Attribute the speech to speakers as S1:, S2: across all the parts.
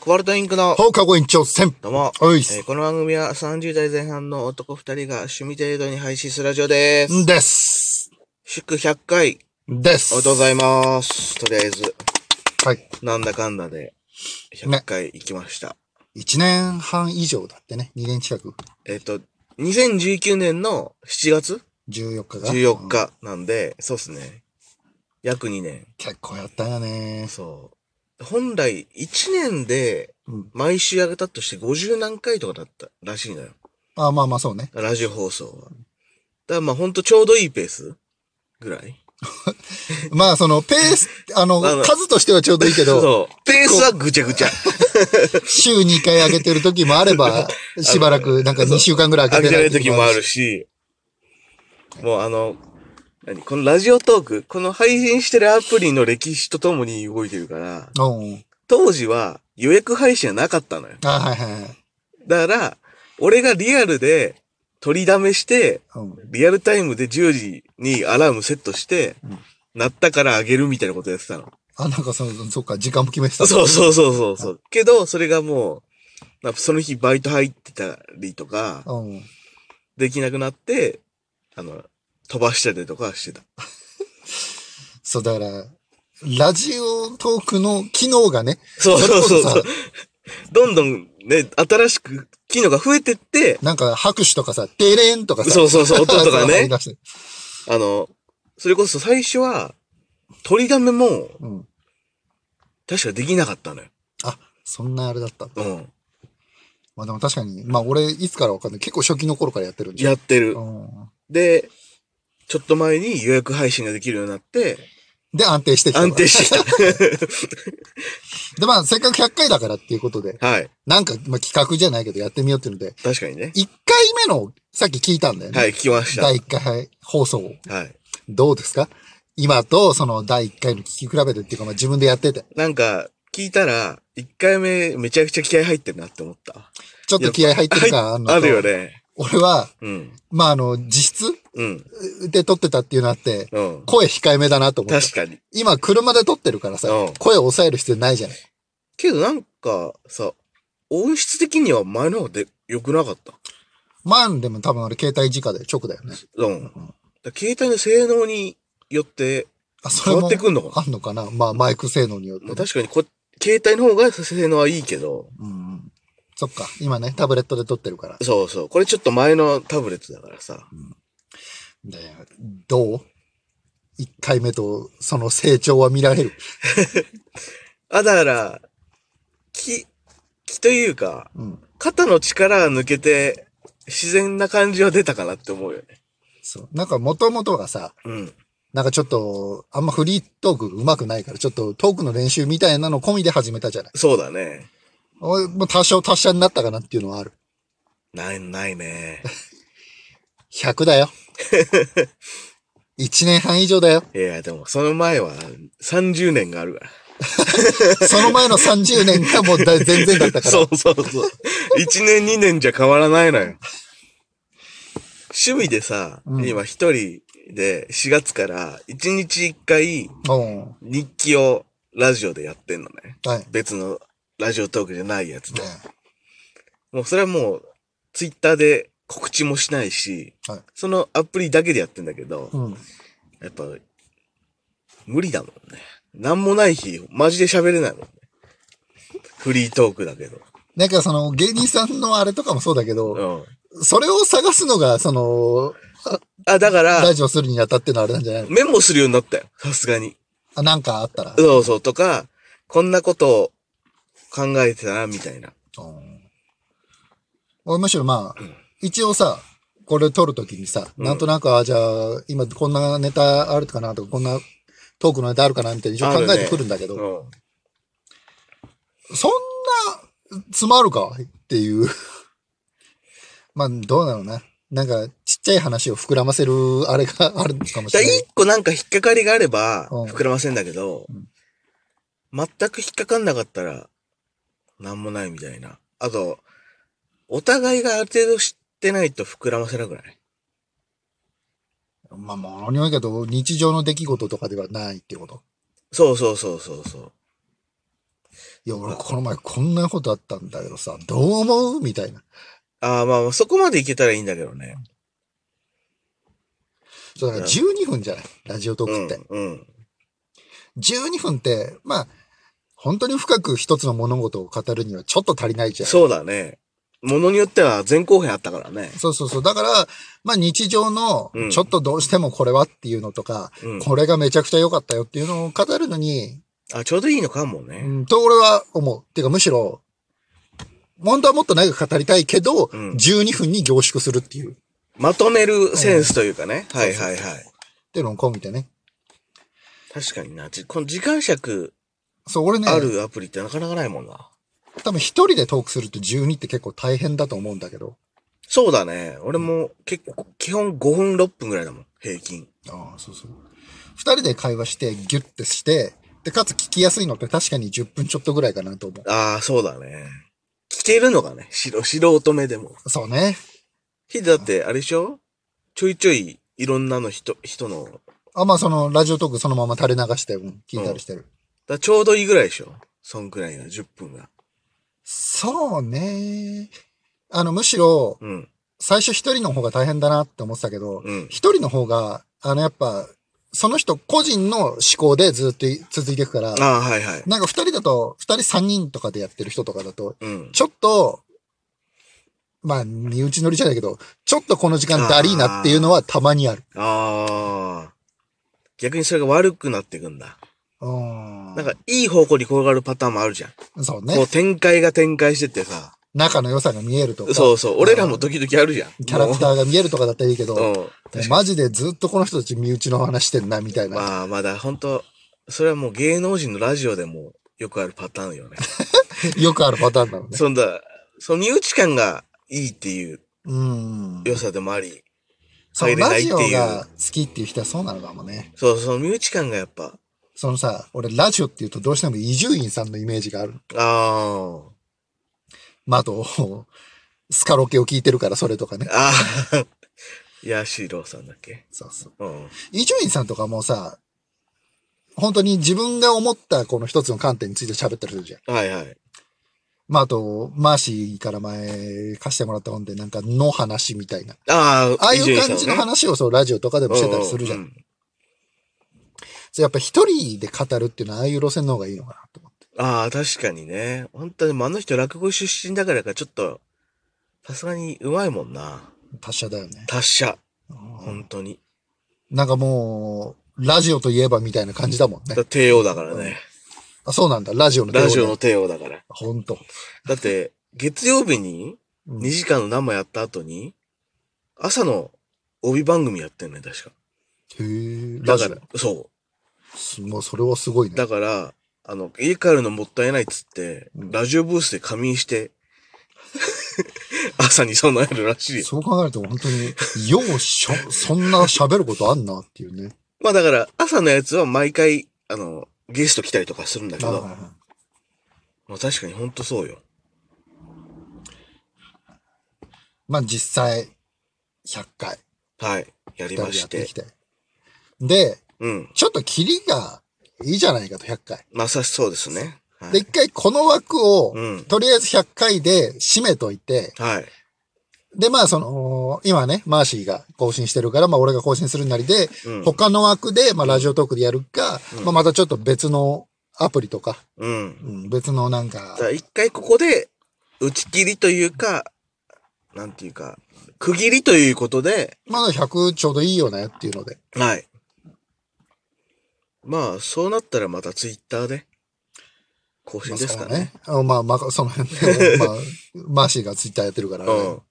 S1: コバルトインクの、
S2: 放課後延長戦。
S1: どうも、
S2: おいっ
S1: えー
S2: す。
S1: この番組は30代前半の男2人が趣味程度に配信するラジオです。
S2: んです。
S1: 祝100回、
S2: です。
S1: おめでとうございます。とりあえず、
S2: はい。
S1: なんだかんだで、100回行きました。
S2: 1年半以上だってね。2年近く。
S1: えっ、と、2019年の7月
S2: 14日が。
S1: 14
S2: うん。
S1: 日なんで、そうっすね。約2年。
S2: 結構やったよね。
S1: そう。本来、1年で
S2: うん。
S1: 毎週上げたとして50何回とかだったらしいのよ。
S2: あまあまあそうね。
S1: ラジオ放送は。だからまあほんとちょうどいいペースぐらい。
S2: まあそのペー ス、あの、
S1: あの
S2: 数としてはちょうどいいけど、
S1: そう。ペースはぐちゃぐちゃ。
S2: 週2回上げてる時もあ れば、しばらくなんか2週間ぐらい
S1: 上
S2: 上
S1: げ
S2: げ
S1: てな
S2: てない
S1: 時
S2: い時
S1: も
S2: も
S1: あ
S2: あ
S1: る
S2: るし。
S1: し、もうあの、何このラジオトーク、この配信してるアプリの歴史とともに動いてるから、
S2: うん。
S1: 当時は予約配信はなかったのよ。
S2: あはいはいはい。
S1: だから、俺がリアルで取りだめして、
S2: うん。
S1: リアルタイムで10時にアラームセットして、
S2: うん
S1: 鳴ったからあげるみたいなことやってたの。
S2: あ、なんかその、そっか、時間も決めてた。
S1: そうそうそうそうそう。けど、それがもう、なんかその日バイト入ってたりとか、
S2: うん。
S1: できなくなって、あの、飛ばしたりとかしてた。
S2: そう、だから、ラジオトークの機能がね、
S1: そうそうそう
S2: そ
S1: そ
S2: れ
S1: う
S2: こ。
S1: どんどんね、新しく機能が増えてって、
S2: なんか拍手とかさ、デレンとかさ、
S1: そうそうそう、音とか
S2: 入り
S1: ね。
S2: 出して
S1: あの、それこそ最初は、取りだめも、
S2: うん。
S1: 確かできなかったのよ。
S2: あ、そんなあれだった。
S1: うん。
S2: まあでも確かに、まあ俺、いつからわかんない。結構初期の頃からやってるんで。
S1: やってる
S2: う。ん。
S1: で、ちょっと前に予約配信ができるようになって、
S2: で、安定してきた。
S1: 安定してき
S2: で、まあ、せっかく100回だからっていうことで、
S1: た。 はい。
S2: なんか、まあ、企画じゃないけどやってみようっていうので、
S1: 確かにね。
S2: 1回目の、さっき聞いたんだよね。
S1: はい、聞きました。
S2: 第1回放送、
S1: はい。
S2: どうですか今と、その、第1回の聞き比べてっていうか、まあ、自分でやってて、
S1: なんか、聞いたら、一回目めちゃくちゃ気合入ってるなって思った。
S2: ちょっと気合入ってる感あるのと
S1: あるよね。
S2: 俺は、
S1: うん。
S2: まあ、あの、実
S1: うん。
S2: 質で撮ってたっていうのあって、
S1: うん。
S2: 声控えめだなと思った
S1: 確。かに。
S2: 今、車で撮ってるからさ
S1: うん、
S2: 声を抑える必要ないじゃない。
S1: けどなんか、さ、音質的には前の方で良くなかった。
S2: まあ、でも多分あれ、携帯直だよね。
S1: うん。だから携帯の性能によって
S2: あ、そ
S1: 変
S2: れ
S1: わ
S2: も
S1: ってくんのかな。
S2: あんのかなまあ、マイク性能によって
S1: まあ、
S2: ね、
S1: 確かにこ、携帯の方が性能はいいけど、
S2: うんうん。そっか。今ね、タブレットで撮ってるから。
S1: そうそう。これちょっと前のタブレットだからさ。
S2: で、どう一回目と、その成長は見られる。
S1: あ、だから、気、気というか、
S2: うん。
S1: 肩の力が抜けて、自然な感じは出たかなって思うよね。
S2: そう。なんか、もともとがさ、
S1: うん。
S2: なんかちょっと、あんまフリートーク上手くないから、ちょっとトークの練習みたいなの込みで始めたじゃない。
S1: そうだね。
S2: おいもう多少達者になったかなっていうのはある。
S1: ない、ない ね。
S2: 100だよ。1年半以上だよ。
S1: いや、でも、その前は30年があるから。
S2: その前の30年がもうだ全然だったから。
S1: そうそうそう。1年2年じゃ変わらないのよ。趣味でさ、
S2: うん
S1: 今一人で4月から1日1回
S2: うん。
S1: 日記をラジオでやってんのね。
S2: はい。
S1: 別のラジオトークじゃないやつで
S2: ね。
S1: もうそれはもう、ツイッターで告知もしないし、
S2: はい
S1: そのアプリだけでやってんだけど、
S2: うん。
S1: やっぱ、無理だもんね。なんもない日、マジで喋れないもんね。フリートークだけど。
S2: なんかその芸人さんのあれとかもそうだけ
S1: う
S2: ど、
S1: ん。
S2: それを探すのが、その、
S1: あ、だから
S2: ラ、ジオするにあたってのあれなんじゃないの
S1: メモするようになったよ。さすがに。
S2: あ、なんかあったら。
S1: そうそう。とか、こんなことを考えてたな、みたいな。
S2: うん俺むしろまあ、一応さ、これ撮るときにさ、なんとなく、あ、じゃあ、今こんなネタあるかなとか、こんなトークのネタあるかなみたいに一応考えてくるんだけ
S1: う
S2: ど、
S1: ん。
S2: そんな、詰まるかっていう。 まあ、どうなのな。なんか、ちっちゃい話を膨らませる、あれがあるのかもし
S1: じゃあ
S2: れない
S1: 一。個なんか引っかかりがあれば、
S2: うん
S1: 膨らませんだけど、全く引っかかんなかったら、なんもないみたいな。あと、お互いがある程度知ってないと膨らませなくない
S2: まあ、ものによるけど、日常の出来事とかではないっていうこと。
S1: そうそうそうそうそう。
S2: いや、俺この前こんなことあったんだけどさ、どう思うみたいな。
S1: ああ、まあまあ、そこまでいけたらいいんだけどね。
S2: そうだから12分じゃないラジオトークって。
S1: うん。うん。
S2: 12分って、まあ、本当に深く一つの物事を語るにはちょっと足りないじゃん。
S1: そうだね。ものによっては前後編あったからね。
S2: そうそうそう。だから、まあ日常の
S1: うん、
S2: ちょっとどうしてもこれはっていうのとか、
S1: うん。
S2: これがめちゃくちゃ良かったよっていうのを語るのに、
S1: あ、ちょうどいいのかもね。
S2: うん、と俺は思う。っていうかむしろ、本当はもっと長く語りたいけど、
S1: うん
S2: 12分に凝縮するっていう、っ
S1: まとめるセンスというかね。はいはいはい。
S2: ていうのを込みてね。
S1: 確かにな。じこの時間尺
S2: そう、俺ね、
S1: あるアプリってなかなかないもんな。
S2: 多分一人でトークすると12って結構大変だと思うんだけど、
S1: そうだね。俺も結構、基本5分6分ぐらいだもん。平均。
S2: ああ、そうそう。二人で会話して、ギュッてして、で、かつ聞きやすいのって確かに10分ちょっとぐらいかなと思
S1: ああ、そうだね。聞けるのがね。しろ、素人目でも。
S2: う。そうね。
S1: ヒデだって、あれでしょちょいちょい、いろんなの人、人の、だか
S2: あ、まあその、ラジオトークそのまま垂れ流して、うん、聞いたりしてる。
S1: らちょうどいいぐらいでしょそんくらいが、10分が。
S2: そうね。あの、むしろ、
S1: うん。
S2: 最初一人の方が大変だなって思ってたけど、
S1: うん。
S2: 一人の方が、あの、やっぱ、その人個人の思考でずっと続いていくから、
S1: ああ、はいはい。
S2: なんか二人だと、二人三人とかでやってる人とかだと、
S1: うん。
S2: ちょっと、まあ、身内乗りじゃないけど、ちょっとこの時間だりーなっていうのはたまにある。
S1: ああ。逆にそれが悪くなっていくんだ。
S2: うん。
S1: なんか、いい方向に転がるパターンもあるじゃん。
S2: そう
S1: こ
S2: ね
S1: う。展開が展開してってさ。
S2: 仲の良さが見えるとか、
S1: そうそう。俺らも時々あるじゃん。
S2: キャラクターが見えるとかだったらいいけど、
S1: も
S2: も
S1: う。うん。確か
S2: う
S1: に
S2: マジでずっとこの人たち身内の話してんな、みたいな。
S1: まあ、まだ本当それはもう芸能人のラジオでもよくあるパターンよね。
S2: よくあるパターンなのね。
S1: そんだ、その身内感がいいっていう
S2: うん。
S1: 良さでもあり、
S2: そう、
S1: 入れな
S2: ラ
S1: いってい
S2: ジ
S1: う
S2: オが好きっていう人はそうなのかもね。
S1: そう、その身内感がやっぱ、
S2: そのさ、俺ラジオっていうとどうしても伊集院さんのイメージがある。
S1: あ
S2: まあ、あと、スカロケを聞いてるからそれとかね
S1: あ、。ああ、 ヤシローさんだっけ
S2: そうそう。
S1: うん。
S2: 伊集院さんとかもさ、本当に自分が思ったこの一つの観点について喋ったりするじゃん。
S1: はいはい。
S2: まあ、あと、マーシーから前貸してもらった本でなんかの話みたいな。
S1: ああ、
S2: ああいう感じの話をそう、ラジオとかで
S1: を
S2: もしてたりするじゃん。そうやっぱ一人で語るっていうのはああいう路線の方がいいのかなと思って。
S1: ああ、確かにね。本当にもうあの人落語出身だからか、ちょっと、さすがにうまいもんな。
S2: 達者だよね。
S1: 達者。
S2: うん
S1: 本当に。
S2: なんかもう、ラジオといえばみたいな感じだもんね
S1: だ。帝王だからね。
S2: あ、そうなんだ。ラジオの帝王
S1: ラ
S2: だ
S1: ジオの帝王だから。
S2: ほんと。
S1: だって、月曜日に
S2: うん
S1: 2時間の生やった後に、朝の帯番組やってんね、確か。
S2: へえ。ラ
S1: だ
S2: ジ
S1: から、そ。
S2: オす。もうそれはすごいうね。
S1: だから、あの、家帰るのもったいないっつって、
S2: うん
S1: ラジオブースで仮眠して、 朝に備えるらしいよ。
S2: そう考えると本当に、ようしょ、そんな喋ることあんなっていう ね。
S1: まあだから、朝のやつは毎回、あの、ゲスト来たりとかするんだけど、まあ確かにほんとそうよ。
S2: まあ実際、100回、
S1: はい。やりま
S2: 人でや
S1: し
S2: って
S1: て。
S2: きて。で、
S1: うん。
S2: ちょっとキリがいいじゃないかと、100回。
S1: まさしそうですね。は
S2: で、
S1: い。
S2: 一回この枠を
S1: うん、
S2: とりあえず100回で締めといて、
S1: はい。
S2: で、まあその、今ね、マーシーが更新してるから、まあ俺が更新するなりで、
S1: うん
S2: 他の枠で、まあラジオトークでやるか、まあまたちょっと別のアプリとか、
S1: うん。
S2: うん別のなんか
S1: だか、ら一回ここで、打ち切りというか、なんていうか、区切りということで、
S2: まだ100ちょうどいいよねっていうので。
S1: はい。まあ、そうなったらまたツイッターで、更新ですかね。
S2: まあそうね。あまあ、まあ、その辺 で、まあ、マーシーがツイッターやってるから、ね
S1: うん。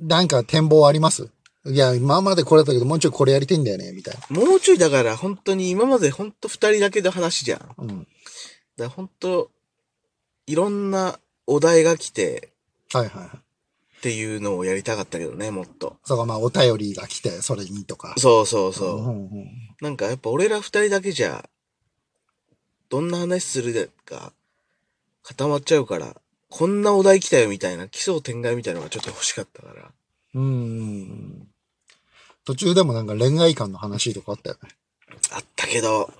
S2: なんか展望ありますいや、今までこれだったけど、もうちょいこれやりてんだよね、みたい
S1: もうちょいだから、本当に今まで本当二人だけの話じゃん。だか
S2: な。うん。
S1: ら本当、いろんなお題が来て
S2: はいはいはい。
S1: っていうのをやりたかったけどね、もっと。
S2: そうか、まあ、お便りが来て、それにとか。
S1: そうそうそう。
S2: んうん
S1: なんかやっぱ俺ら二人だけじゃ、どんな話するでか固まっちゃうから、こんなお題来たよみたいな、奇想天外みたいなのがちょっと欲しかったから。
S2: うんうん。途中でもなんか恋愛観の話とかあったよね。
S1: あったけど、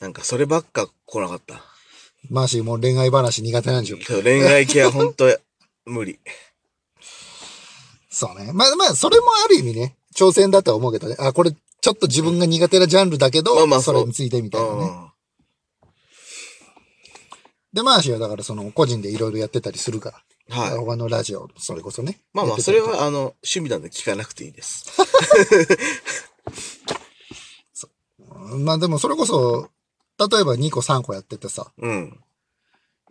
S1: なんかそればっか来なかった。
S2: マーシーもう恋愛話苦手なんでしょ。
S1: けど恋愛系は本当無理。
S2: そうね。まあまあ、それもある意味ね、挑戦だとは思うけどね。あ、これ、ちょっと自分が苦手なジャンルだけど、
S1: まあまあ
S2: そ
S1: そう
S2: れについてみたいなね。で、マーシーはだからその、個人でいろいろやってたりするから。
S1: うんはい。
S2: 他のラジオ、それこそね。
S1: まあまあ、
S2: やって
S1: そ
S2: たり
S1: れ
S2: とか。
S1: は、あの、趣味なんで聞かなくていいです。
S2: まあでも、それこそ、例えば2個3個やっててさ、
S1: うん。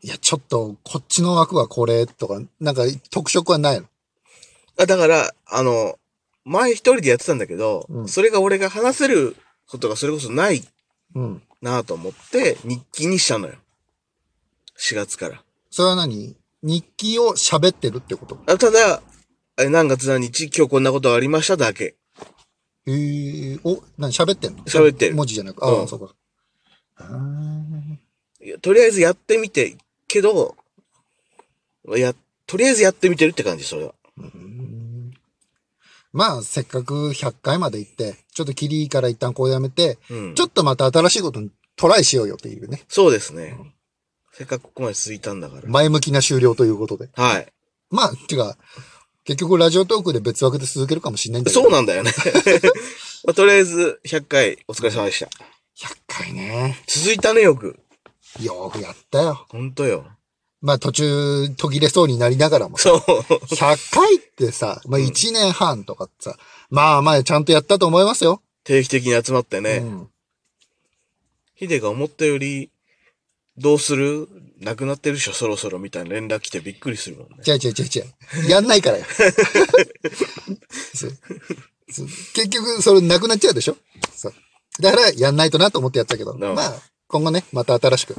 S2: いや、ちょっと、こっちの枠はこれとか、なんか特色はないの。
S1: あだから、あの、前一人でやってたんだけど、
S2: うん
S1: それが俺が話せることがそれこそない
S2: うん。
S1: なぁと思って、日記にしたのよ。4月から。
S2: それは何日記を喋ってるってこと
S1: あただ、え何月何日、今日こんなことがありましただけ。
S2: えー、お、何喋ってんの
S1: 喋ってる
S2: 文字じゃなく、ああ、
S1: うん
S2: そうか。あー
S1: いやとりあえずやってみて、けど、や、とりあえずやってみてるって感じ、それは。
S2: うんまあ、せっかく100回まで行って、ちょっとキリから一旦こうやめて、
S1: うん。
S2: ちょっとまた新しいことにトライしようよっていうね。
S1: そうですね。せっかくここまで続いたんだから。
S2: 前向きな終了ということで。
S1: はい。
S2: まあ、てか、結局ラジオトークで別枠で続けるかもしれないんだけど。
S1: そうなんだよね。 まあとりあえず、100回お疲れ様でした。
S2: 100回ね。
S1: 続いたね、よく。
S2: よくやったよ。
S1: ほんとよ。
S2: まあ途中途切れそうになりながらもさ。
S1: そう。
S2: 100回ってさ、まあ
S1: うん
S2: 1年半とかってさ、まあまあちゃんとやったと思いますよ。
S1: 定期的に集まって
S2: う
S1: ね。
S2: ん。
S1: ヒデが思ったより、どうするなくなってるでしょ、そろそろみたいな連絡来てびっくりするもんね。
S2: 違う違う違う違う。やんないからよ。 そうそう結局、それなくなっちゃうでしょそう。だからやんないとなと思ってやったけど、
S1: ん
S2: まあ今後ね、また新しく。